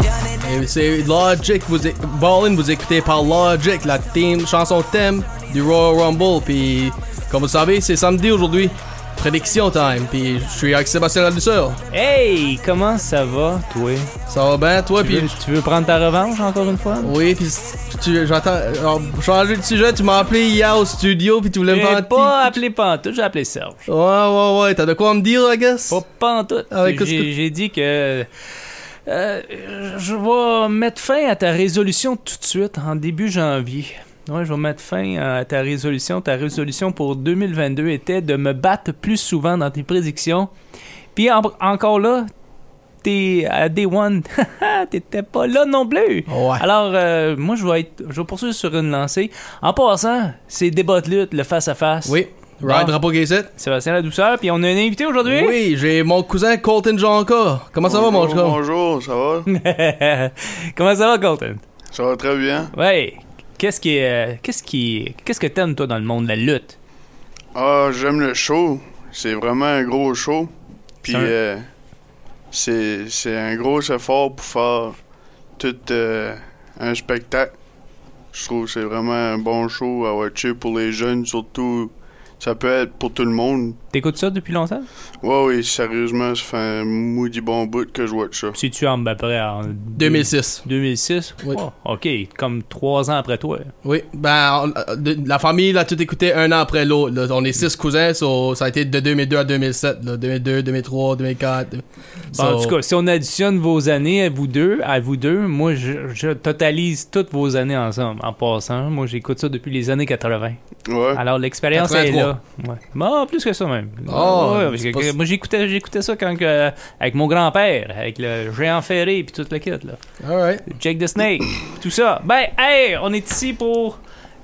thème. C'est Logic, vous é- Ballin, vous écoutez par Logic, la thème, chanson thème du Royal Rumble. Puis, comme vous savez, c'est samedi aujourd'hui. Prédiction time. Puis, je suis avec Sébastien Ladusseur. Hey, comment ça va, toi? Ça va bien, toi? Tu Puis, veux, tu veux prendre ta revanche encore une fois? oui, puis tu, j'entends. alors, changer de sujet, tu m'as appelé hier au studio, puis tu voulais me faire un J'ai petit- pas appelé Pantoute, j'ai appelé Serge. Ouais, ouais, ouais. T'as de quoi me dire, I guess? Pas Pantoute. Ah, écoute, J'ai écoute. j'ai dit que euh, je vais mettre fin à ta résolution tout de suite, en début janvier. Ouais, je vais mettre fin à ta résolution. Ta résolution pour 2022 était de me battre plus souvent dans tes prédictions. Puis en- encore là, t'es à Day One, t'étais pas là non plus. Ouais. Alors, euh, moi, je vais, être, je vais poursuivre sur une lancée. En passant, c'est débat de lutte, le face-à-face. Oui. Ryan Bon. Drapeau Gayset. Sébastien La Douceur, puis on a un invité aujourd'hui. Oui, j'ai mon cousin Colton Jonka. Comment ça va, mon Bonjour, chum? Bonjour, ça va? Comment ça va, Colton? Ça va très bien. Ouais. Qu'est-ce qui est, euh, qu'est-ce qui, qu'est-ce que t'aimes toi dans le monde de la lutte? Ah, j'aime le show. C'est vraiment un gros show. Puis C'est un- euh, c'est c'est un gros effort pour faire tout euh, un spectacle. Je trouve que c'est vraiment un bon show à watcher pour les jeunes, surtout. Ça peut être pour tout le monde. T'écoutes ça depuis longtemps? Ouais, oui, sérieusement, ça fait un maudit bon bout que je watch ça. Si tu en après en 2006. 2006? Oui. Oh, ok, comme trois ans après toi. Oui, ben, on- euh, de- la famille l'a tout écouté un an après l'autre. là. On est six cousins, so, ça a été de 2002 à 2007. là. 2002, 2003, 2004. Bon, Ben, En tout cas, si on additionne vos années à vous deux, à vous deux, moi je, je totalise toutes vos années ensemble. En passant, moi j'écoute ça depuis les années 80. Ouais. Alors l'expérience elle est 83. là. Ouais. Bon, plus que ça même. Oh, Ouais, parce c'est que- pas- moi j'écoutais j'écoutais ça quand que- euh, avec mon grand-père, avec le géant ferré et tout le kit là. Alright. Jake the Snake, tout ça. Ben hey, on est ici pour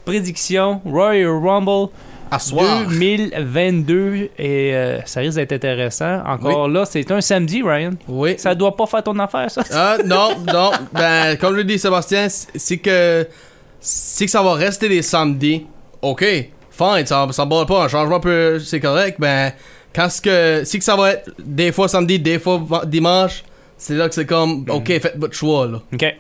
prédiction Royal Rumble À soir. 2022 et euh, ça risque d'être intéressant. Encore là, c'est un samedi Ryan. Oui. Ça doit pas faire ton affaire ça. Ah, non, non. Ben, comme je dis, Sébastien, c- c'est que. Si que ça va rester des samedis, ok, fine, ça, ça me borde pas. Un changement peut. C'est correct, ben. Quand ce que. Si que ça va être des fois samedi, des fois va- dimanche, c'est là que c'est comme. Ok, faites votre choix, là. OK.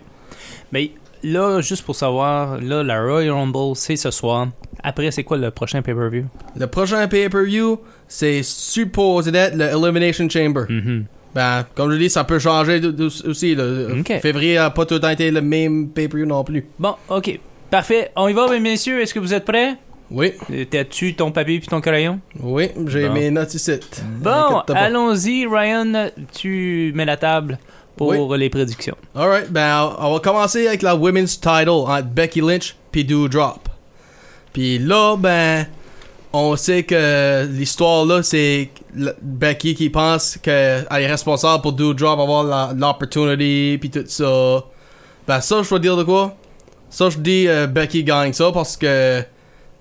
Mais là, juste pour savoir, là, la Royal Rumble, c'est ce soir. Après, c'est quoi le prochain pay-per-view? Le prochain pay-per-view, c'est supposé être le Elimination Chamber. Hmm. Mm-hmm. Ben, comme je dis, ça peut changer d- d- aussi. Le Ok. Février a pas tout le temps été le même pay-per-view non plus. Bon, OK. Parfait. On y va, mes messieurs. Est-ce que vous êtes prêts? Oui, Euh, T'as-tu ton papier puis ton crayon? oui, j'ai Bon. mes notes ici. Bon, Inquiète-toi pas. allons-y, Ryan. Tu mets la table pour les prédictions. Alright, ben oh, on va commencer avec la women's title entre Becky Lynch puis Drop. Puis là, ben on sait que l'histoire là, c'est la- Becky qui pense qu'elle est responsable pour Drop avoir la- l'opportunity puis tout ça. Ben ça, je dois dire de quoi Ça, je dis euh, Becky gagne ça parce que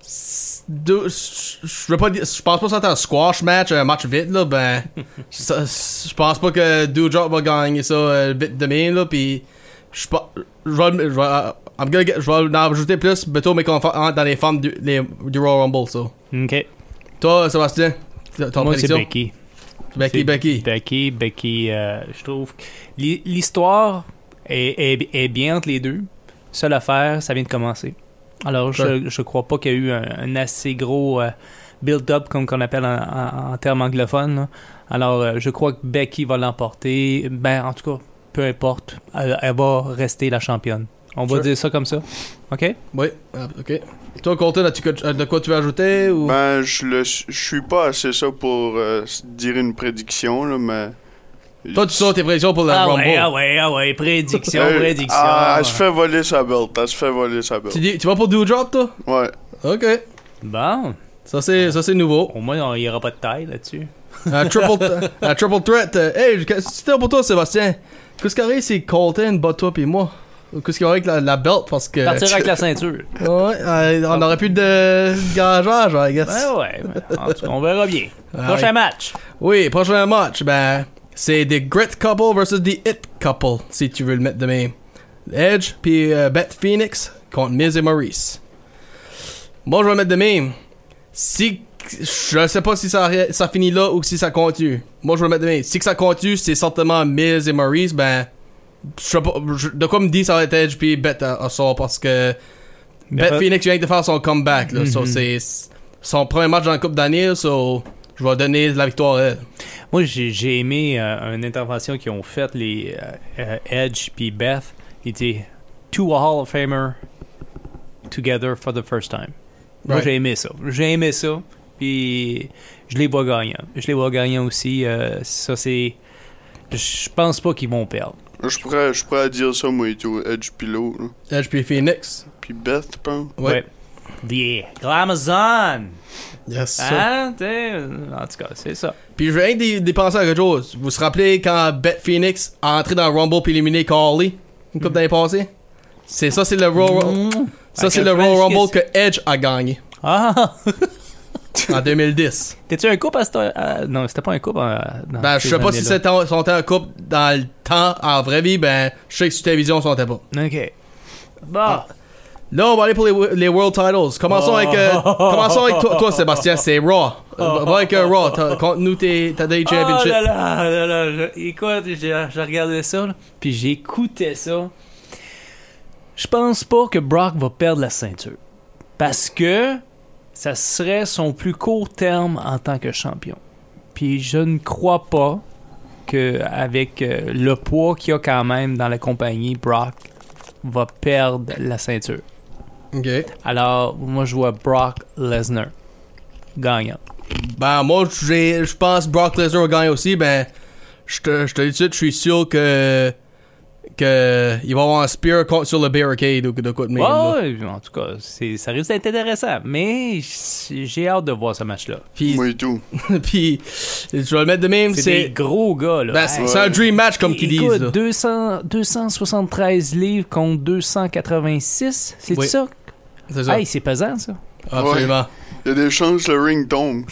s- deux- je je veux pas dire- je pense pas que ça va être un squash match, un match vite là, ben ça, c- je pense pas que Doudrop va gagner ça euh, vite demain là puis je pas je vais je vais euh, I'm gonna get- je vais en ajouter plus bientôt mais qu'on fa- hein, dans les femmes du, les, du Royal Rumble ça. OK. Toi Sébastien, t- ton Moi, c'est prédiction Becky. Becky C'est Becky. Becky, Becky, euh, je trouve. que l'hi- L'histoire est, est- est bien entre les deux. Seule affaire, ça vient de commencer. Alors, je, je crois pas qu'il y a eu un, un assez gros euh, build-up, comme qu'on appelle en, en- en termes anglophones. là. Alors, euh, je crois que Becky va l'emporter. Ben, en tout cas, peu importe. Elle, elle va rester la championne. On va Sure. dire ça comme ça. OK? Oui, ah, OK. Toi Colton, as-tu que- euh, de quoi tu veux ajouter ou Ben, je le je suis pas assez ça pour euh, dire une prédiction, là, mais. Toi tu sors tes prédictions pour le ah Rumble. ouais, ah ouais, ah ouais. Prédiction, Euh, prédiction. ah, elle se fait voler sa belt. Elle se fait voler sa belt. Tu dis tu vas pour Doudrop toi Ouais. OK. Bon, Ça c'est ça c'est nouveau. au moins, il n'y aura pas de taille là-dessus. Un triple, un triple threat. euh, hey, c'était pour toi, Sébastien. Qu'est-ce qui arrive si Colton bat toi puis moi? Qu'est-ce qui arrive avec la, la belt? Parce que. Partir avec la ceinture. Ouais, euh, on aurait plus de garageage, I guess. Ouais, ouais. mais En tout cas, on verra bien. Ah, Prochain ouais. match. Oui, prochain match, ben, c'est The Grit Couple versus The It Couple, si tu veux le mettre de même. Edge puis euh, Beth Phoenix contre Miz et Maurice. Moi, je vais le mettre de même. Si. Je sais pas si ça, arrête- ça finit là ou si ça continue. Moi, je vais le mettre de même. Si que ça continue, c'est certainement Miz et Maurice, ben. je sais pas, je- de quoi me dit ça va être Edge puis Beth à, à sort parce que Beth Beth- Phoenix vient de faire son comeback. Là, So, Mhm. c'est son premier match dans la Coupe d'année, so je vais donner la victoire à elle. Moi, j'ai j'ai aimé euh, une intervention qu'ils ont faite, les euh, euh, Edge puis Beth. Ils étaient two Hall of Famer together for the first time. Moi, Right. j'ai aimé ça. J'ai aimé ça. Puis je les vois gagnants. Je les vois gagnants aussi. euh, ça, c'est. Je pense pas qu'ils vont perdre. Je pourrais, je pourrais dire ça, moi, et tout. Edge Pillow, là. Edge puis Phoenix. Puis Beth, tu penses? Ouais. The Glamazon! Yes. ça. Hein? T'sais, En tout cas, c'est ça. Puis je veux rien dé- dépenser à quelque chose. Vous vous rappelez quand Beth Phoenix a entré dans le Rumble puis éliminé Carly une Hmm. coupe d'année passée? C'est ça, c'est le Royal, ça, Avec c'est un le Royal Hmm. French Rumble kiss. que Edge a gagné Ah! en 2010. T'es-tu un couple à cette heure- euh, Non, c'était pas un couple. euh, dans Ben, je Ah, ces sais pas si années-là. c'était en- sont en couple dans le temps, en vraie vie, ben, je sais que sur télévision, ils sont pas. Ok. Bon. Ah, Là, on va aller pour les, wo- les World Titles. Commençons Oh. avec, euh, commençons avec toi, toi, Sébastien, c'est Raw. Euh, Va avec euh, Raw, T'as- conte-nous tes, ta Day Oh Championship. là là, là là, je- écoute, je, je regardais ça, là, puis j'écoutais ça. Je pense pas que Brock va perdre la ceinture. Parce que ça serait son plus court terme en tant que champion. Puis je ne crois pas que avec euh, le poids qu'il y a quand même dans la compagnie, Brock va perdre la ceinture. Ok. Alors, moi, je vois Brock Lesnar gagnant. Ben, moi, j'ai- je pense Brock Lesnar va gagner aussi. Ben, je te je te dis tout de suite, je suis sûr que, que il va avoir un spear contre- sur le barricade ou de quoi de même. là. Ouais, ouais, en tout cas, c'est- ça risque d'être intéressant, mais j- j'ai hâte de voir ce match-là. Puis, Moi et tout. puis, je vais le mettre de même. C'est des C'est gros gars, là. ben, Hey, c'est- c'est un dream match, comme qu'ils écoute, disent. là. 200 273 livres contre 286, c'est Oui. ça? C'est ça. Hey, c'est pesant, ça. Absolument. Il y a des chances que le ring tombe.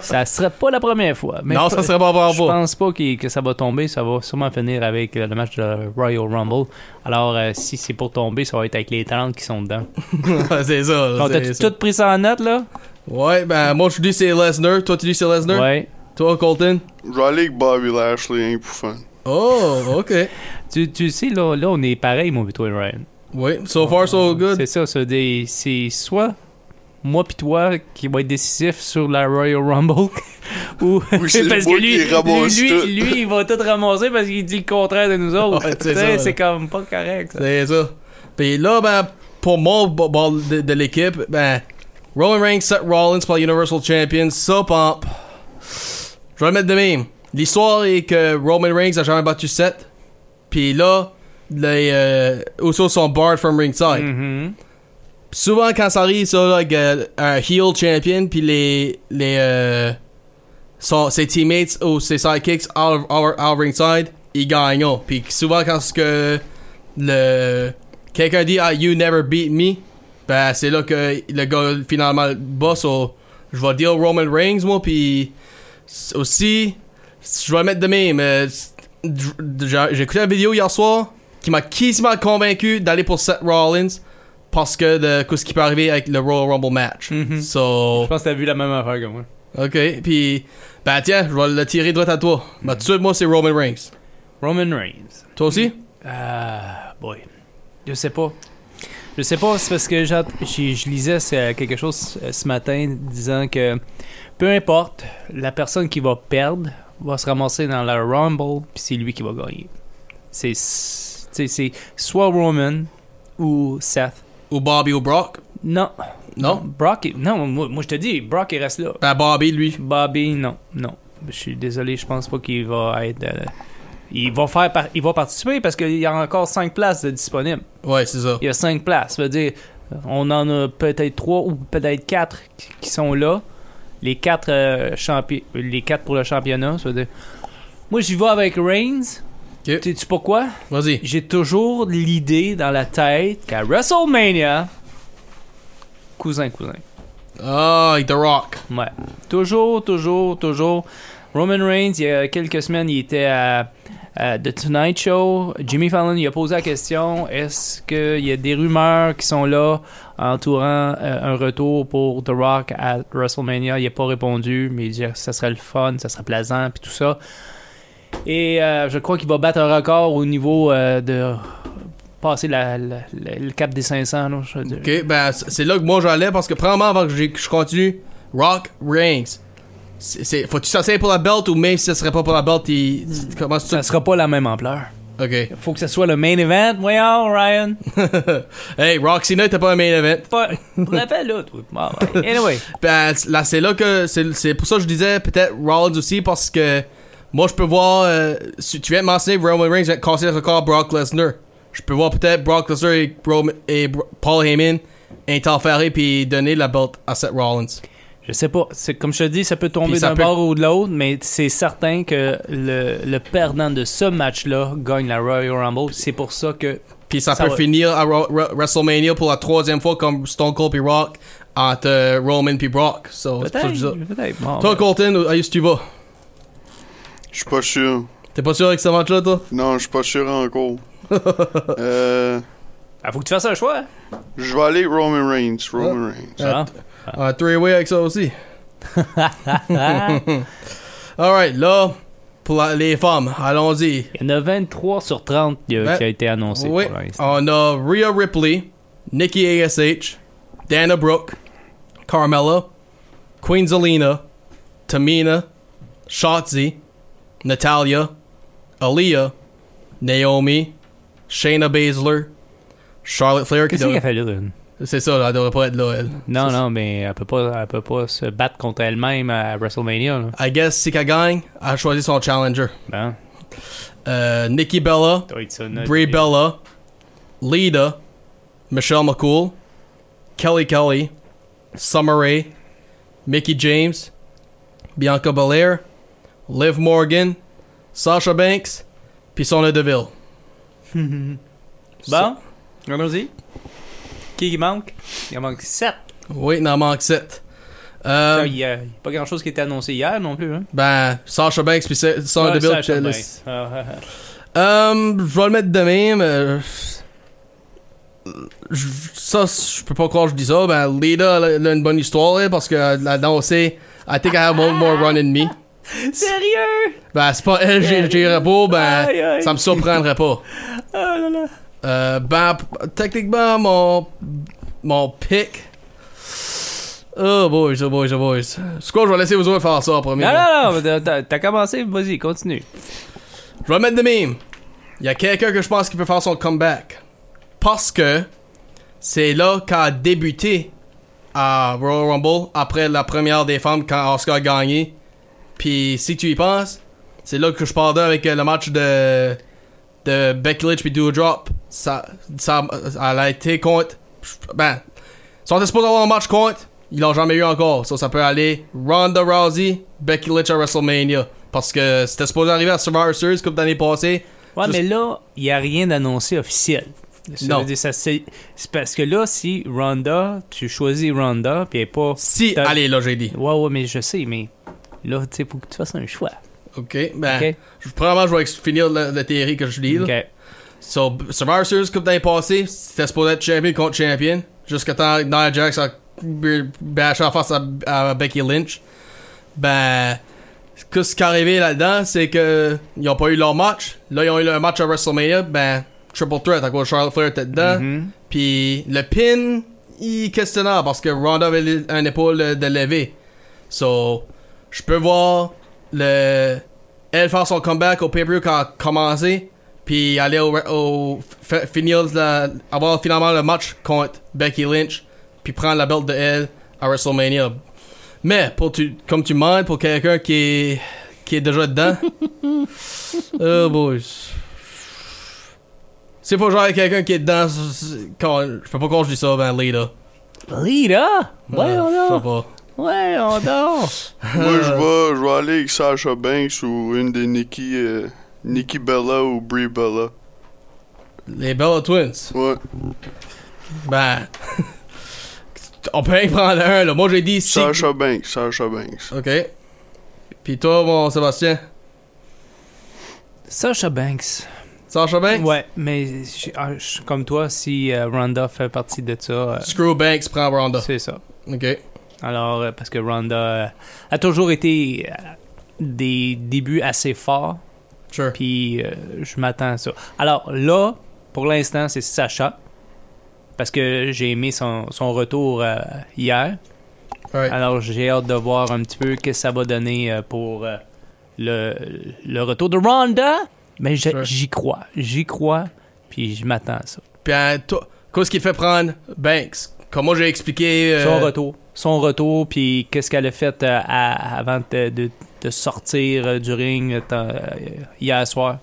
ça serait pas la première fois. mais non, je- ça serait pas Je bravo. pense pas qu'il- que ça va tomber. Ça va sûrement finir avec euh, le match de Royal Rumble. Alors, euh, si c'est pour tomber, ça va être avec les 30 qui sont dedans. c'est ça. Bon, c'est T'as-tu ça. tout pris ça en note, là? Ouais, ben moi je dis c'est Lesnar. Toi tu dis c'est Lesnar. Ouais. Toi Colton. Je vais aller avec Bobby Lashley, hein, pour fun. Oh, ok. Tu, tu sais, là, là, on est pareil, moi, pis toi et Ryan. Oui, so far so good. C'est ça, ça des- c'est soit moi pis toi qui va être décisif sur la Royal Rumble, ou Ou c'est parce que moi lui, qui ramasse lui, tout. lui, il va tout ramasser parce qu'il dit le contraire de nous autres. Ouais, c'est Tu sais, ça, là. c'est comme pas correct, ça. C'est ça. Puis là, ben pour mon bo- ball de, de l'équipe, ben Roman Reigns, Seth Rollins pour le Universal Champion, ça pompe. Je vais le mettre de même. L'histoire est que Roman Reigns a jamais battu Seth. Puis là, les euh, Usos sont barred from ringside. Mhm. souvent quand ça arrive ça là, avec, euh, un heel champion puis les les euh, son- ses teammates ou ses sidekicks out, of- out, out ringside ils gagnent puis souvent quand ce que le quelqu'un dit ah, you never beat me ben c'est là que le gars finalement le bat so, je vais dire Roman Reigns moi puis s- aussi je vais le mettre de même euh, s- j- j'ai j'ai écouté la vidéo hier soir qui m'a quasiment convaincu d'aller pour Seth Rollins parce que de ce qui peut arriver avec le Royal Rumble match. Mhm. Je So, pense que t'as vu la même affaire que moi. ok, puis ben tiens, je vais le tirer droit à toi. Ben tout de suite, moi c'est Roman Reigns. Roman Reigns. Toi aussi? Ah, boy. Je sais pas. Je sais pas, c'est parce que j'ent- j'ai- je lisais ce- quelque chose euh, ce- ce matin disant que peu importe, la personne qui va perdre va se ramasser dans la Rumble, puis c'est lui qui va gagner. C'est s- tu sais, c'est soit Roman ou Seth. Ou Bobby ou Brock? Non. Non? Brock, est- non, moi, moi, je te dis, Brock, il reste là. Ben Bobby, lui. Bobby, non, non. Je suis désolé, je pense pas qu'il va être. euh, il va faire, par- il va participer parce qu'il y a encore 5 places de disponibles. Ouais, c'est ça. Il y a 5 places. Ça veut dire, on en a peut-être 3 ou peut-être 4 qui sont là. Les 4 les quatre pour le championnat. Ça veut dire, moi j'y vais avec Reigns. Ok. Tu sais pourquoi? Vas-y. J'ai toujours l'idée dans la tête qu'à WrestleMania, cousin, cousin. Ah, avec The Rock. Ouais. Toujours, toujours, toujours. Roman Reigns, il y a quelques semaines, il était à, à The Tonight Show. Jimmy Fallon, il a posé la question est-ce qu'il y a des rumeurs qui sont là entourant euh, un retour pour The Rock à ah, WrestleMania Il n'a pas répondu, mais il dit ça serait le fun, ça serait plaisant, puis tout ça. Et euh, je crois qu'il va battre un record au niveau euh, de passer la- la- la- le cap des 500. là, je- Ok, ben c- c'est là que moi j'allais parce que premièrement avant que j'ai- que je continue, Rock Rings. C'est, c'est- faut-tu s'asseoir pour la belt ou même si ça serait pas pour la belt, il, tu- comment c'est Ça sera pas la même ampleur. Ok. Faut que ça soit le main event, voyons, Ryan. hey, Roxy était pas un main event. Pas... Rappelle là, toi. Bon, ouais. Anyway, Ben c- là c'est là que c'est, c'est pour ça que je disais peut-être Rollins aussi parce que moi je peux voir euh, si tu viens de mentionner Roman Reigns va casser le record Brock Lesnar. Je peux voir peut-être Brock Lesnar et, Roman- et Bro- Paul Heyman interférer puis donner la belt à Seth Rollins. je sais pas. C'est, comme je te dis, ça peut tomber Puis ça d'un peut- bord ou de l'autre, mais c'est certain que le, le perdant de ce match-là gagne la Royal Rumble. C'est pour ça que Puis ça, Ça peut va. finir à Ro- Ro- WrestleMania pour la troisième fois comme Stone Cold puis Rock entre euh, Roman puis Brock. So, c'est pour ça que je dis ça. peut-être, peut-être. Bon, Toi, ben, Colton, où est-ce que tu vas? Je suis pas sûr. T'es pas sûr avec ce match-là, toi? Non, je suis pas sûr encore. euh, ah, faut que tu fasses un choix. je vais aller Roman Reigns. Roman Reigns. Ah. Un three-way avec ça aussi. Ah. Alright, là, pour la- les femmes, allons-y. Il y en a 23 sur 30 euh, Ben, qui a été annoncé Oui, Ah, pour l'instant. on a Rhea Ripley, Nikki ASH, Dana Brooke, Carmella, Queen Zelina, Tamina, Shotzi, Natalia, Aaliyah, Naomi, Shayna Baszler, Charlotte Flair. qui Qu'est-ce qu'elle devrait- fait là? Lynn? C'est ça, là, elle devrait pas être là, elle. Non, non, mais elle peut pas, elle peut pas se battre contre elle-même à WrestleMania. là. I guess si qu'elle gagne, elle choisit son challenger. Ben, Euh, Nikki Bella, doit être ça, notre- Brie Bella, Lita, Michelle McCool, Kelly Kelly, Summer Rae, Mickey James, Bianca Belair, Liv Morgan, Sasha Banks, puis Sonya Deville. Bon, allons-y. Qui qui manque Il en manque 7. Oui, il en manque 7. Euh, il n'y a pas grand-chose qui était annoncé hier non plus. Hein? ben, Sasha Banks puis Sa- Sonya Ouais, Deville. Sasha je te Banks. laisse. Ah, ah, ah. Euh, je vais le mettre de même. euh, je- ça, je peux pas croire que je dis ça. Ben, Leda, elle a- elle a une bonne histoire, là, parce qu'elle a annoncé I think I have one more run in me. Sérieux Ben, c'est pas elle, j'ai j'irais pas. Ben, Aïe, aïe. ça me surprendrait pas. Ah là là. Euh, ben, p- techniquement, mon. Mon pick. Oh, boys, oh, boys, oh, boys. C'est quoi, je vais laisser vous autres faire ça en premier. Non, non, non, t'as- t'as t'as commencé, vas-y, continue. Je vais le mettre de meme. Il y a quelqu'un que je pense qui peut faire son comeback. Parce que c'est là qu'a débuté à Royal Rumble après la première des femmes quand Oscar a gagné. Puis si tu y penses, c'est là que je parlais avec euh, le match de, de Becky Lynch puis Do Drop. Ça, ça, elle a été contre. Ben, si on était supposé avoir un match contre, ils l'ont jamais eu encore. So, ça peut aller Ronda Rousey, Becky Lynch à WrestleMania. Parce que c'était supposé arriver à Survivor Series comme l'année passée. Ouais, Juste- mais là, il n'y a rien d'annoncé officiel. Ça Non. veut dire, ça, c'est c'est parce que là, si Ronda, tu choisis Ronda, puis elle est pas. Si, T'as- allez, là, j'ai dit. Ouais, ouais, mais je sais, mais là, tu sais, faut que tu fasses un choix. Ok, ben, Ok. je- probablement je vais ex- finir la, la théorie que je dis. là. Ok. So, B- Survivor Series, Coupe d'année passée, c'était supposé être champion contre champion. Jusqu'à temps que Nia Jax a b- bâché en face à, à Becky Lynch. Ben, que ce qui est arrivé là-dedans, c'est que ils ont pas eu leur match. Là, ils ont eu leur match à WrestleMania. Ben, Triple Threat, à cause de Charlotte Flair était dedans. Mhm. Puis le pin, il est questionnable parce que Ronda avait l- un épaule euh, de lever. So, je peux voir le elle faire son comeback au pay-per-view quand elle a commencé, puis aller au, au f- finir la- avoir finalement le match contre Becky Lynch, puis prendre la belt de elle à WrestleMania. Mais pour tu, comme tu demandes, pour quelqu'un qui est qui est déjà dedans, oh boys. C'est pas genre quelqu'un qui est dedans. c'est- c'est- Quand, je peux pas qu'on je dis ça, ben Leda. Lita! Ouais, Euh, je on sais pas. Ouais, on Moi, Ah. je vais, je vais aller avec Sasha Banks ou une des Nikki, euh, Nikki Bella ou Brie Bella. Les Bella Twins. Ouais. Ben. on peut en prendre un, là. Moi j'ai dit si. Sasha Banks, Sasha Banks. Ok. Puis toi, mon Sébastien. Sasha Banks. Sasha Banks Ouais, mais je- ah, je- comme toi, si euh, Ronda fait partie de ça, euh, Screw Banks prend Ronda. c'est ça. Ok. Alors, euh, parce que Ronda euh, a toujours été euh, des débuts assez forts. Sure. Puis euh, je m'attends à ça. Alors là, pour l'instant, c'est Sacha. Parce que j'ai aimé son, son retour euh, hier. Alright. Alors j'ai hâte de voir un petit peu qu'est-ce que ça va donner euh, pour euh, le, le retour de Ronda. Mais je- Sure. j'y crois. J'y crois. Puis je m'attends à ça. Puis, euh, toi, qu'est-ce qui fait prendre Banks? Comme moi, j'ai expliqué. euh, Son retour. Son retour, puis qu'est-ce qu'elle a fait euh, à- avant de, de- de sortir euh, du ring euh, tant- euh, hier soir.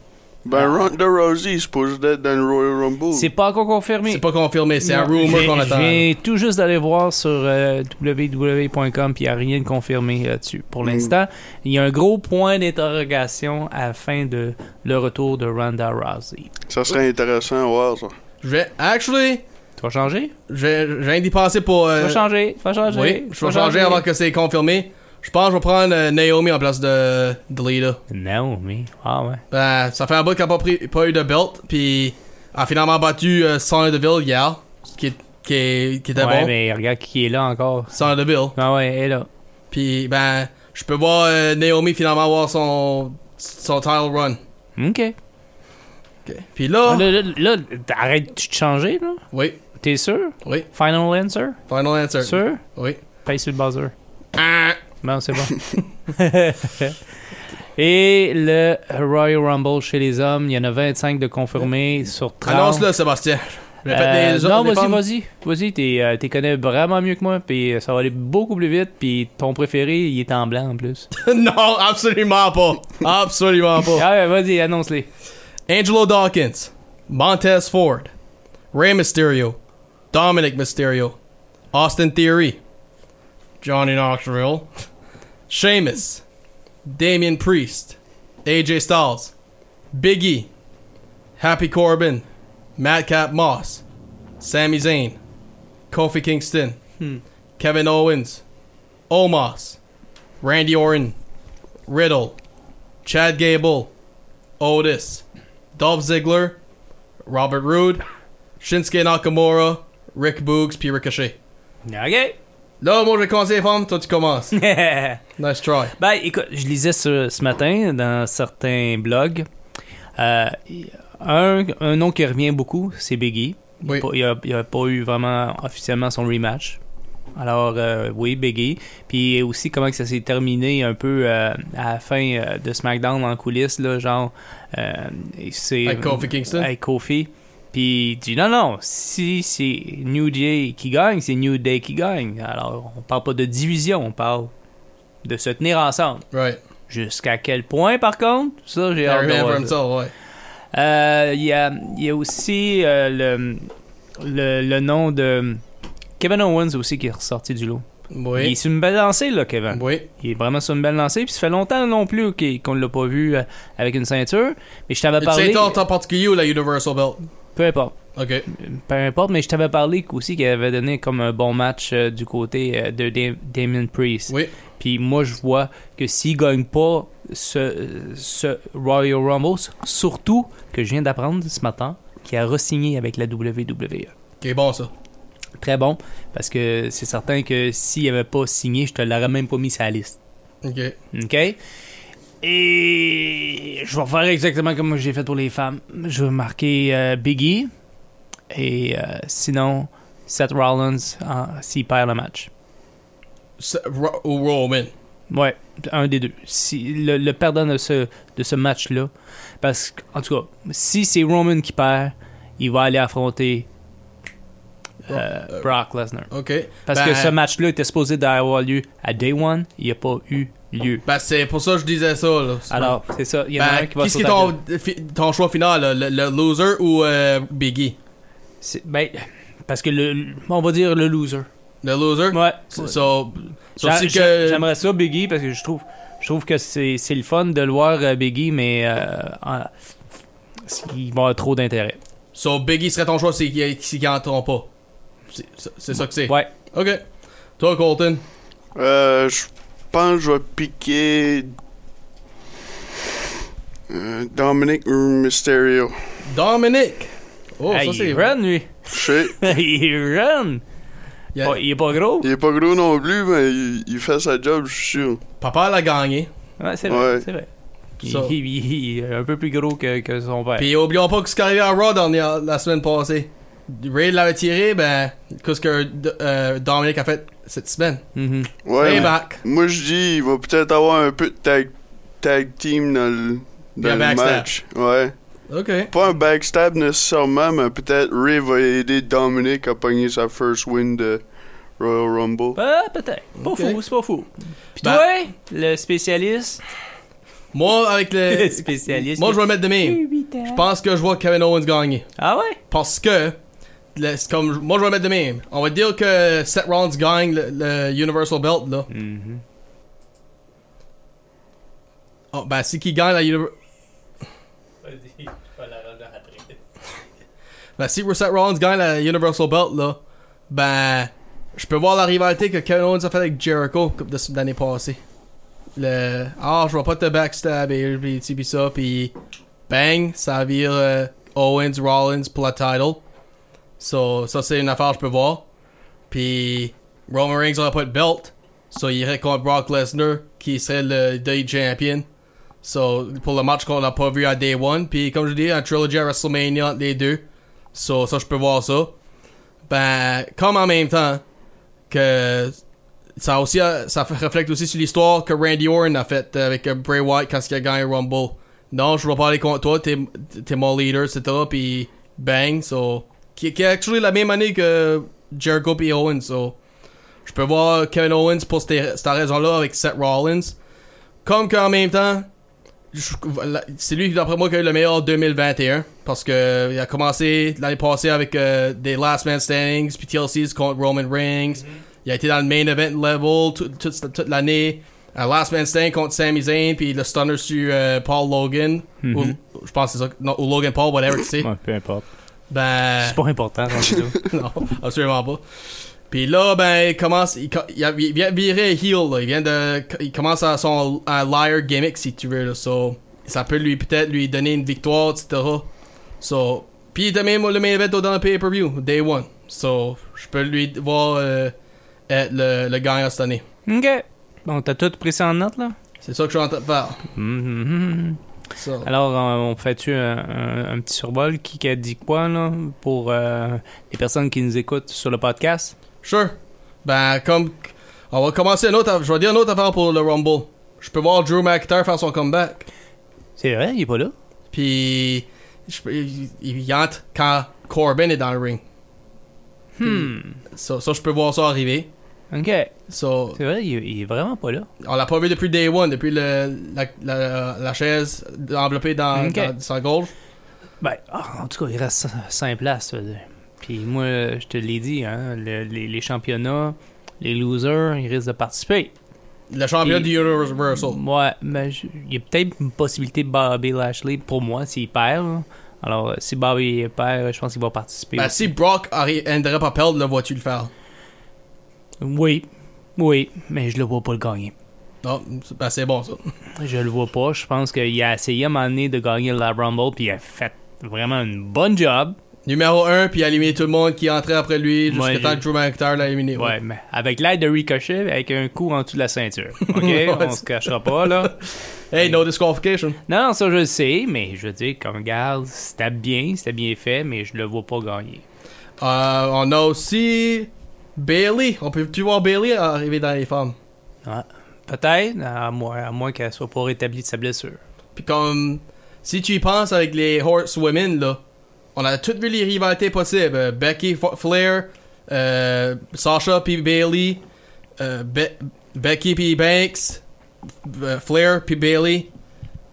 Ben, Ah. Ronda Rousey, c'est pas juste d'être dans le Royal Rumble. C'est pas encore confirmé. C'est pas confirmé, c'est un Non. rumor J'ai- qu'on attend. J'ai tout juste d'aller voir sur euh, www.com, puis il n'y a rien de confirmé là-dessus. Pour Mmh. Mm. l'instant, il y a un gros point d'interrogation à la fin de le retour de Ronda Rousey. Ça serait intéressant à voir, ça. Je vais, actually, Tu vas changer? j'ai j'ai rien d'y penser pour. Tu euh, vas changer? Tu vas changer? oui, Tu je vais vas changer avant que c'est confirmé. Je pense que je vais prendre euh, Naomi en place de, de Lita. Non, mais... Ah ouais. Ben, ça fait un bout qu'elle n'a pas, pris- pas eu de belt, puis elle a finalement battu euh, Sonya Deville hier, ce qui, est- qui, est- qui était ouais, bon. mais regarde qui est là encore. Sonya Deville. Ah ouais, elle est là. Puis, ben, je peux voir euh, Naomi finalement avoir son, son title run. OK. Puis là, Ah, Là, là, là, arrête-tu de changer, là? oui, T'es sûr? oui, Final answer? final answer. Sûr? Oui. Paye sur le buzzer. Ah, Non, c'est bon. Et le Royal Rumble chez les hommes, il y en a 25 de confirmés sur 30. Annonce-le, Sébastien. J'ai fait Euh, des non, des vas-y, femmes. vas-y. Vas-y, t'es, euh, t'es connais vraiment mieux que moi, puis euh, ça va aller beaucoup plus vite, puis ton préféré, il est en blanc en plus. non, absolument pas. Absolument pas. ah ouais, vas-y, annonce-les. Angelo Dawkins, Montez Ford, Rey Mysterio, Dominic Mysterio, Austin Theory, Johnny Knoxville, Sheamus, Damian Priest, AJ Styles, Big E, Happy Corbin, Madcap Moss, Sami Zayn, Kofi Kingston, Hmm. Kevin Owens, Omos, Randy Orton, Riddle, Chad Gable, Otis, Dolph Ziggler, Robert Roode, Shinsuke Nakamura, Rick Boogs, puis Ricochet. OK. Là, moi, je conseille les femmes, toi, tu commences. nice try. Ben, écoute, je lisais ce, ce matin dans certains blogs. euh, un, un nom qui revient beaucoup, c'est Biggie. Oui. Il n'a pas eu vraiment officiellement son rematch. Alors, euh, oui, Biggie. Puis aussi, comment que ça s'est terminé un peu euh, à la fin euh, de SmackDown en coulisses, là, genre. euh, c'est, Avec Kofi Kingston. Avec Kofi. Puis il dit non, non, si c'est New Day qui gagne, c'est New Day qui gagne. Alors, on parle pas de division, on parle de se tenir ensemble. Right. Jusqu'à quel point, par contre, ça, j'ai Iron hâte de Man voir for ça. himself, ouais. Euh, Il y, a, il y a aussi euh, le, le, le nom de Kevin Owens aussi qui est ressorti du lot. Il est Oui. sur une belle lancée, là, Kevin. Oui. Il est vraiment sur une belle lancée. Puis ça fait longtemps non plus qu'il- qu'on ne l'a pas vu euh, avec une ceinture. Mais je t'avais It's parlé. Saint en particulier ou la Universal Belt? Peu importe. Ok. Peu importe, mais je t'avais parlé aussi qu'il avait donné comme un bon match euh, du côté euh, de Dam- Damien Priest. Oui. Puis moi, je vois que s'il gagne pas ce, ce Royal Rumble, surtout que je viens d'apprendre ce matin qu'il a re-signé avec la WWE. Ok, bon ça. Très bon, parce que c'est certain que s'il avait pas signé, je te l'aurais même pas mis sur la liste. Ok. OK? Et je vais faire exactement comme j'ai fait pour les femmes. Je vais marquer euh, Biggie et euh, sinon Seth Rollins en- s'il perd le match. S- Ro- Ou Roman. Ouais, un des deux. Si, le, le perdant de ce, de ce match-là. Parce que, en tout cas, si c'est Roman qui perd, il va aller affronter euh, Brock Lesnar. Ok. Parce Ben- que ce match-là était supposé d'avoir lieu à Day One. Il n'y a pas eu lieu. Ben, c'est pour ça que je disais ça, là. Alors, c'est ça. Il y en a un ben, qui va qu'est-ce qui est sauter à ton, fi- ton choix final, là? le, le loser ou euh, Biggie? C'est- ben, parce que le, on va dire le loser. Le loser? Ouais. So, so J'a- si j'a- que... J'aimerais ça, Biggie, parce que je trouve, je trouve que c'est c'est le fun de le voir, euh, Biggie, mais euh, en- il va y avoir trop d'intérêt. So, Biggie serait ton choix si qui si qui en tombe pas. C'est- C'est c'est ça que c'est. Ouais. Ok. Toi, Colton. Euh, je pense que je vais piquer. euh, Dominic Mysterio. Dominic. Oh, Hey, ça c'est il run, lui. Je sais, il run. Il a- Oh, il est pas gros. il est pas gros non plus, mais il, il fait sa job, je suis sûr. Papa l'a gagné. Ouais, c'est vrai. Ouais. c'est vrai. Il, Ça. il- il- il est un peu plus gros que, que son père. Puis oublions pas que ce qui est arrivé à Raw dernière- la semaine passée. Ray l'avait tiré, ben, qu'est-ce que euh, Dominic a fait cette semaine? Mhm. Ouais, Payback. moi je dis, il va peut-être avoir un peu de tag, tag team dans le, Il y a dans le backstab. match. Ouais. Ok. Pas un backstab nécessairement, mais peut-être Ray va aider Dominic à pogner sa first win de Royal Rumble. Ah, peut-être. Pas Ok. fou, c'est pas fou. Puis Ben- toi, le spécialiste. Moi, avec le. Le spécialiste. Euh, Moi, je vais le mettre de même. Je pense que je vois Kevin Owens gagner. Ah ouais? Parce que. le- c'est comme, moi, je vais le mettre de même. On va dire que Seth Rollins gagne le, le Universal Belt, là. Ah, ben, si qui gagne la Universal. Ben, si Seth Rollins gagne la Universal Belt, là, ben, je peux voir la rivalité que Kevin Owens a fait avec Jericho comme de l'année passée. Le Ah, je vais pas te backstab et puis, tu- puis ça, puis bang, ça vire euh, Owens, Rollins pour la title. So, ça, c'est une affaire que je peux voir. Puis Roman Reigns n'aurait pas de belt. So, il irait contre Brock Lesnar, qui serait le Day Champion. So, pour le match qu'on n'a pas vu à Day 1. Puis, comme je dis, un trilogy à WrestleMania entre les deux. So, ça, je peux voir ça. Ben, comme en même temps que ça aussi, euh, ça fait- reflète aussi sur l'histoire que Randy Orton a faite avec euh, Bray Wyatt quand il a gagné Rumble. Non, je vais pas aller contre toi, t'es t'es mon leader, etc. Puis bang, so. Qui, qui est actually la même année que Jericho et Owens, so. Je peux voir Kevin Owens pour cette, cette raison-là avec Seth Rollins. Comme qu'en même temps, je- la- c'est lui, d'après moi, qui a eu le meilleur 2021. Parce que il a commencé l'année passée avec euh, des Last Man Standings, puis TLCs contre Roman Reigns. Il a été dans le main event level tout- toute- toute l'année. Un Last Man Standing contre Sami Zayn, puis le stunner sur euh, Paul Logan. Mhm. Ou- je pense que c'est ça. Non, ou Logan Paul, whatever, tu sais. Ouais, peu importe. Ben. C'est pas important, rendu là. non, absolument pas. Puis là, ben, il commence. Il, co- il a- il vient de virer heel, là. Il vient de. Il commence à son à liar gimmick, si tu veux, là. So, ça peut lui, peut-être, lui donner une victoire, etc. So, puis de même, le main event dans le pay-per-view, day one. So, je peux lui voir euh, être le, le gagnant cette année. Ok. Bon, t'as tout pris ça en note, là? C'est ça que je suis en train de faire. Mhm. So, Alors, euh, on fait-tu un, un- un petit survol? Qui qui a dit quoi, là? Pour euh, les personnes qui nous écoutent sur le podcast? sure. Ben, comme. On va commencer une autre. aff- Je vais dire une autre affaire pour le Rumble. Je peux voir Drew McIntyre faire son comeback. C'est vrai, il est pas là? Puis je peux- il, il entre quand Corbin est dans le ring. Hmm. Ça, ça, je peux voir ça arriver. Ok. Ça, C'est vrai, il, il est vraiment pas là. on l'a pas vu depuis Day One, depuis le, la, la- la chaise enveloppée dans, Ok. dans sa gorge. Ben, ah, en tout cas, il reste 5 places, ça veut dire. Puis moi, euh, je te l'ai dit, hein, le- les, les championnats, les losers, ils risquent de participer. Le champion Et- du Universal. Ouais, mais je- il y a peut-être une possibilité de Bobby Lashley pour moi s'il perd. là. Alors, euh, si Bobby perd, je pense qu'il va participer. Ben, si Brock n'aimerait pas perdre, le vois-tu le faire? Oui, oui, mais je le vois pas le gagner. Non, ben, c'est bon ça. Je le vois pas. Je pense qu'il a essayé à un moment donné de gagner la Rumble, puis il a fait vraiment une bonne job. Numéro 1, puis éliminer tout le monde qui entrait après lui jusqu'à Ouais, temps j'ai- que Drew McIntyre l'a éliminé. Ouais, mais avec l'aide de Ricochet, avec un coup en dessous de la ceinture. OK? Ouais, On se c'est- cachera pas, là. Hey, no disqualification. Non, non, ça je le sais, mais je veux dire, comme garde, c'était bien, c'était bien fait, mais je le vois pas gagner. Euh, on a aussi Bailey. On peut-tu voir Bailey arriver dans les femmes? Peut-être, à moins, à moins qu'elle soit pas rétablie de sa blessure. Puis comme, si tu y penses avec les Horsewomen, là, on a toutes vu les rivalités possibles. Euh, Becky F- Flair, euh, Sasha puis Bailey, Becky puis Banks, euh, Flair puis Bailey,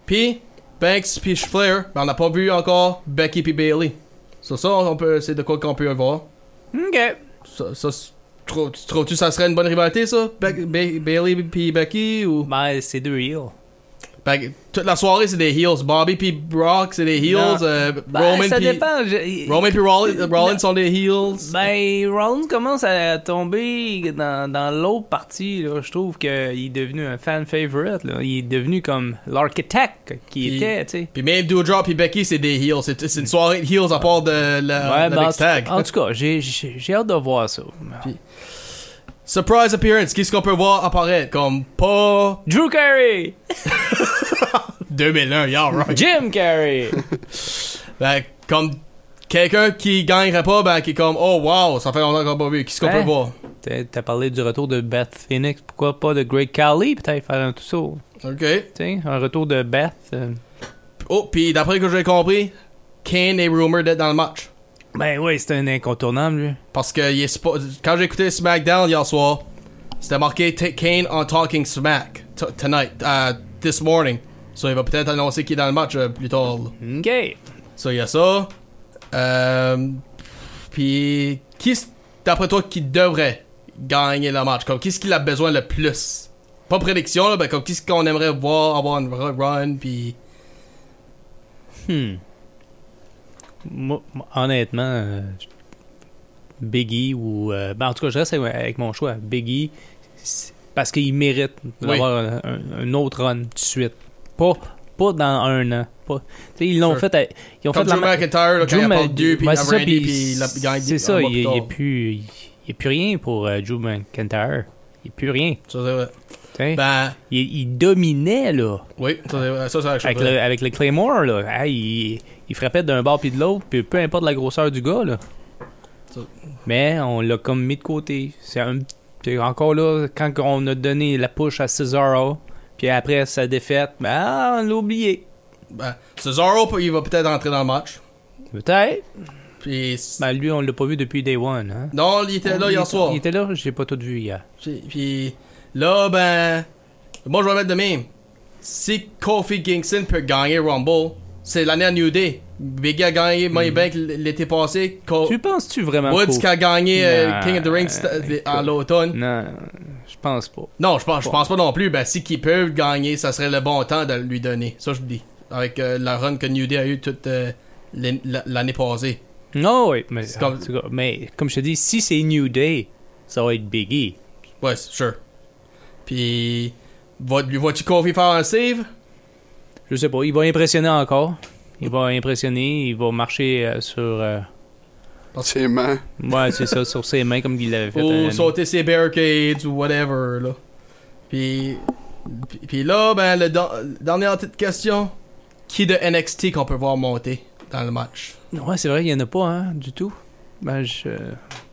puis Banks puis Flair. Ben, on n'a pas vu encore Becky puis Bailey. Ça, ça, on peut, c'est de quoi qu'on peut voir. Ok. Ça, ça c'est- tu trouves- tu trouves-tu ça serait une bonne rivalité, ça? Be- Be- Bailey puis Becky ou? Ben, c'est deux heels. Fait que toute la soirée, c'est des heels. Bobby puis Brock, c'est des heels. Non. Euh, Ben, Roman ça puis dépend. je- Roman puis Rollins, euh, Rollins Non. sont des heels. Ben, Rollins commence à tomber dans, dans l'autre partie, là. Je trouve qu'il est devenu un fan favorite, là. Il est devenu comme l'architecte Puis- qui était, tu sais. Puis même Doudrop puis Becky, c'est des heels. C'est c'est une soirée de heels à part de la, Ouais, la ben, en, mixed tag. tout- en tout cas, j'ai- j'ai j'ai hâte de voir ça. Surprise appearance, qu'est-ce qu'on peut voir apparaître? Comme pas Drew Carey! 2001, y'all right. Jim Carrey! Ben, comme quelqu'un qui gagnerait pas, ben, qui est comme, oh wow, ça fait longtemps qu'on n'a pas vu. Qu'est-ce qu'on Hein? peut voir? T'as t'as parlé du retour de Beth Phoenix. Pourquoi pas de Greg Cali? Peut-être faire un tout ça. Ok. Tu sais, un retour de Beth. euh. Oh, puis d'après que j'ai compris, Kane est rumor d'être dans le match. Ben oui, c'est un incontournable, lui. Parce que il est spo- quand j'ai écouté SmackDown hier soir, c'était marqué T- Kane on Talking Smack t- tonight, uh, this morning. So il va peut-être annoncer qu'il est dans le match euh, plus tard. là. Mm-hmm. OK. So il y a ça. Euh, Puis qui, s- d'après toi, qui devrait gagner le match Comme qu'est-ce qu'il a besoin le plus Pas prédiction, là, mais comme qu'est-ce qu'on aimerait voir avoir une re- run, puis. Hmm. Moi, moi, honnêtement, euh, Biggie ou. euh, ben, en tout cas, je reste avec, avec mon choix. Biggie, parce qu'il mérite d'avoir un, un- un autre run tout de suite. Pas, pas dans un an. Pas, tu sais, ils l'ont Sure. fait. à- ils ont Comme fait la Drew ma- McIntyre, là, quand Drew il Ma- apporte deux, puis ben, il a c'est ça, Randy, puis puis il a gagne C'est ça, un il mois plus n'y a, tard. plus- il y a plus rien pour euh, Drew McIntyre. Il n'y a plus rien. Ça, c'est vrai. tu sais. Ben, il, il dominait, là. oui, ça, c'est vrai. Ça, c'est la chose Avec vraie. le, avec le Claymore, là, hein, il, il frappait d'un bord puis de l'autre, puis peu importe la grosseur du gars. Là. Ça. Mais on l'a comme mis de côté. C'est un- puis encore là, quand on a donné la push à Cesaro, puis après sa défaite, ben, ah, on l'a oublié. Ben, Cesaro, il va peut-être entrer dans le match. Peut-être. Puis. Ben, lui, on l'a pas vu depuis Day One. hein. non, il était là hier soir. Il était là, j'ai pas tout vu hier. Puis- Puis là, ben. Moi, je vais mettre de même. Si Kofi Kingston peut gagner Rumble, c'est l'année à New Day. Biggie a gagné Money Bank l'été passé. Co- Tu penses-tu vraiment Woods qu'au- qui a gagné euh, Nah, King of the Ring écoute. à l'automne. Non, je pense pas. Non, je pense, je pense pas non plus. Ben, si qu'ils peuvent gagner, ça serait le bon temps de lui donner. Ça, je vous dis. Avec euh, la run que New Day a eu toute euh, l'an- la- l'année passée. Non, oui, mais C'est comme... comme- mais comme je te dis, si c'est New Day, ça va être Biggie. Ouais, c'est sûr. Puis, va, lui vois-tu Kofi faire un save? Je sais pas, il va impressionner encore. Il va impressionner, il va marcher euh, sur. euh, Ses mains. ouais, c'est ça, sur ses mains comme il l'avait fait. Ou euh, sauter ses barricades ou whatever, là. Puis, puis- puis là, ben, le don- dernière petite question. Qui de NXT qu'on peut voir monter dans le match? Ouais, c'est vrai, il y en a pas, hein, du tout. Ben, je.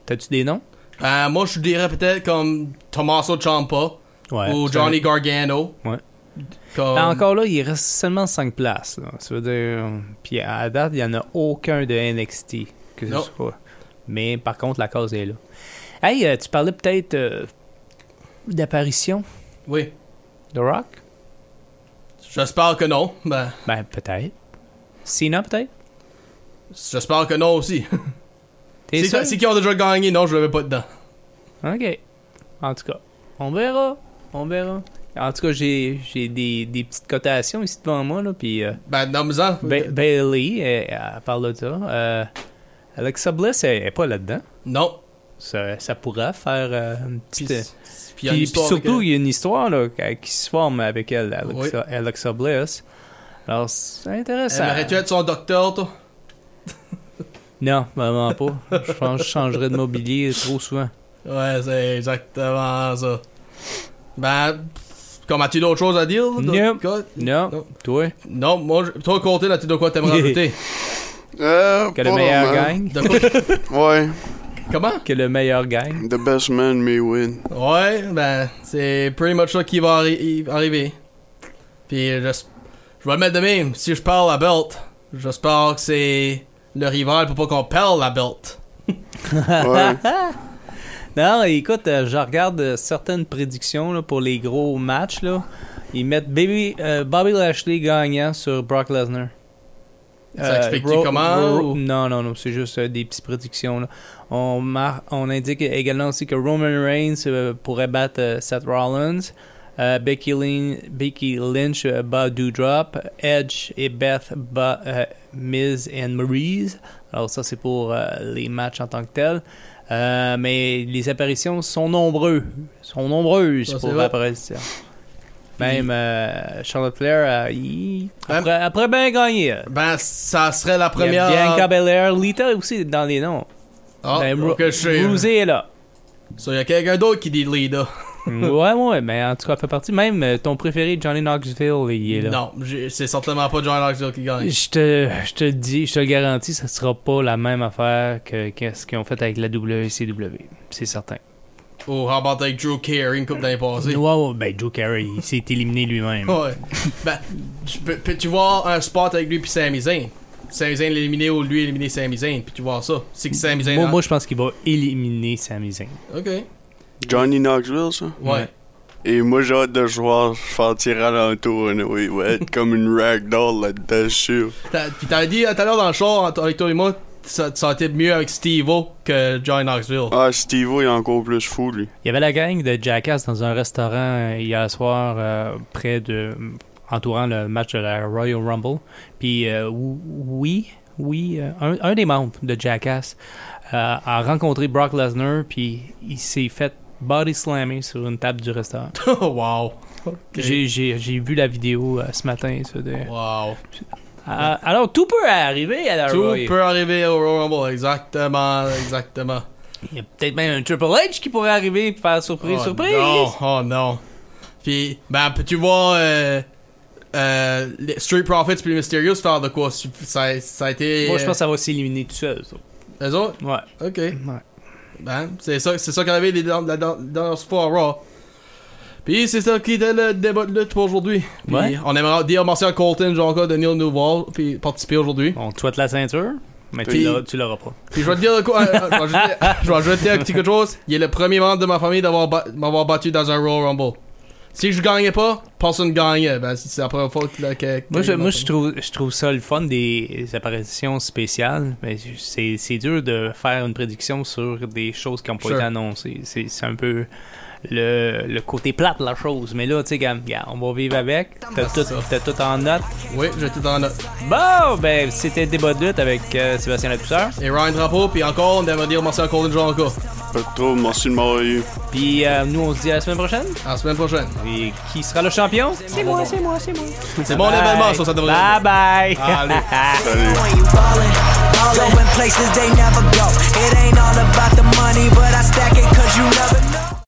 T'as-tu des noms Ben, moi, je dirais peut-être comme Tommaso Ciampa Ouais. ou c'est Johnny Gargano. Ouais. Comme- Ben, encore là, il reste seulement 5 places. Là. Ça veut dire. euh, Puis à la date, il n'y en a aucun de NXT. Que ce Non. soit. Mais par contre, la cause est là. Hey, euh, tu parlais peut-être euh, d'apparition Oui. de Rock J'espère que non. Ben, Ben, peut-être. Cena, peut-être j'espère que non aussi. T'es sûr? C'est qui ont déjà gagné? Non, je le mets pas dedans. OK. En tout cas, on verra. On verra. En tout cas, j'ai, j'ai des, des petites cotations ici devant moi. Là, puis euh, Ben, nomme-en. Ba- Bailey, elle, elle parle de ça. Euh, Alexa Bliss, elle n'est pas là-dedans. Non. Ça, ça pourra faire euh, une Puis, petite... euh, puis il Puis, y a une puis histoire surtout, avec- il y a une histoire là, qui qui se forme avec elle, Alexa, Alexa Bliss. Alors, c'est intéressant. Aimerais-tu être son docteur, toi? Non, vraiment pas. Je pense que je changerais de mobilier trop souvent. Ouais, c'est exactement ça. Ben, pff, comme as-tu d'autres choses à dire? là, d'autres Nope. cas? Non, Non. toi, Non, moi, je- toi, côté, là, tu de quoi t'aimerais rajouter? Euh, que pas le meilleur vraiment. gagne. De quoi- Ouais. Comment? Que le meilleur gagne. The best man may win. Ouais, ben, c'est pretty much ça qui va arri- arriver. Puis, je, je vais le mettre de même. Si je parle à Belt, j'espère que c'est le rival pour pas qu'on parle à Belt. Ouais. Non, écoute, euh, je regarde euh, certaines prédictions là, pour les gros matchs. Là. Ils mettent Baby, euh, Bobby Lashley gagnant sur Brock Lesnar. Ça explique-tu Euh, Ro- comment, Ro- ou- Non, non, non, c'est juste euh, des petites prédictions. là. On, mar- on indique également aussi que Roman Reigns euh, pourrait battre euh, Seth Rollins. Euh, Becky, Lynn- Becky Lynch euh, bat Doudrop. Edge et Beth bat euh, Miz and Maryse. Alors ça, c'est pour euh, les matchs en tant que tels. Euh, mais les apparitions sont nombreuses. Sont nombreuses Ça, c'est pour vrai. apparition. Même euh, Charlotte Flair, euh, il- après, après bien gagné. euh, Ben, ça serait la première. Il y a Bianca Belair, Lita aussi dans les noms. Ah, Ben, Ru- ok, je sais. hein. Rousey est là. So, il y a quelqu'un d'autre qui dit Lida. ouais, ouais, mais en tout cas, elle fait partie. Même euh, ton préféré, Johnny Knoxville, il est là. Non, j'ai- c'est certainement pas John Knoxville qui gagne. Je te, je te le dis, je te le garantis, ça sera pas la même affaire que, que ce qu'ils ont fait avec la WCW. C'est certain. Ou remporte avec Drew Carey une coupe d'année passée. Wow, ben Joe Carey, il s'est éliminé lui-même. Ouais. ben, tu peux- peux-tu voir un spot avec lui puis Sami Zayn? Sami Zayn l'éliminer ou lui éliminer Sami Zayn, puis tu vois ça. C'est que Sami Zayn... Moi, moi, je pense qu'il va éliminer Sami Zayn. Ok. Ouais. Johnny Knoxville, ça. Ouais. Et moi, j'ai hâte de jouer faire tirer à l'entour. Oui, ouais, être comme une ragdoll là-dedans, je suis sûr. T'as- Puis t'avais dit euh, tout à l'heure dans le show, en- avec toi et moi, ça te sentais mieux avec Steve-O que John Knoxville. Ah, Steve-O, il est encore plus fou, lui. Il y avait la gang de Jackass dans un restaurant euh, hier soir euh, près de entourant le match de la Royal Rumble. Puis euh, ou- oui, oui, euh, un, un des membres de Jackass euh, a rencontré Brock Lesnar puis il s'est fait body slammer sur une table du restaurant. wow. J'ai- J'ai j'ai vu la vidéo euh, ce matin. ça, de- Wow. Ah, alors tout peut arriver à la Tout Royal. peut arriver au Royal Rumble, exactement, exactement. Il y a peut-être même un Triple H qui pourrait arriver et faire surprise, oh, surprise. Non, oh non. Puis, ben, tu vois, euh, euh, les Street Profits puis les Mysterious faire de quoi su- ça, ça a été. Moi, je pense que ça va s'éliminer tout seul. ça. euh, Eux autres euh, Ouais. Ok. Ouais. Ben, c'est ça, c'est ça qu'on avait les- dans- la dans- dans ce fois à Raw. Puis, c'est ça qui était le débat de lutte pour aujourd'hui. Puis, Ouais. on aimerait dire merci à Colton, jean encore Daniel Nouveau, puis participer aujourd'hui. On te souhaite la ceinture, mais tu Puis- l'auras- tu l'auras pas. Puis, je vais te dire de quoi. euh, euh, je vais ajouter- je vais ajouter un petit quelque chose. Il est le premier membre de ma famille d'avoir ba- m'avoir battu dans un Royal Rumble. Si je gagnais pas, personne gagnait. Ben, c'est c'est la première fois que. là, que- que- Moi, je, moi je, trouve, je trouve ça le fun des apparitions spéciales, mais c'est c'est dur de faire une prédiction sur des choses qui n'ont pas Sure. été annoncées. C'est c'est un peu le, le côté plate de la chose. Mais là, tu sais, regarde, regarde, on va vivre avec. T'as tout, t'as tout en note. Oui, j'étais dans la note. Bon, ben, c'était Débat de lutte avec euh, Sébastien Lapousseur. Et Ryan Drapeau, puis encore, on aimerait dire merci à Colton, jean encore. Pas trop, merci de m'avoir eu. Puis euh, nous, on se dit à la semaine prochaine. À la semaine prochaine. Et qui sera le champion? C'est moi, c'est moi, c'est moi. C'est mon Bye. événement, ça, ça devrait être. Bye bye! Allez. Salut. when you ballin', Going places they never go. It ain't all about the money, but I stack it cause you never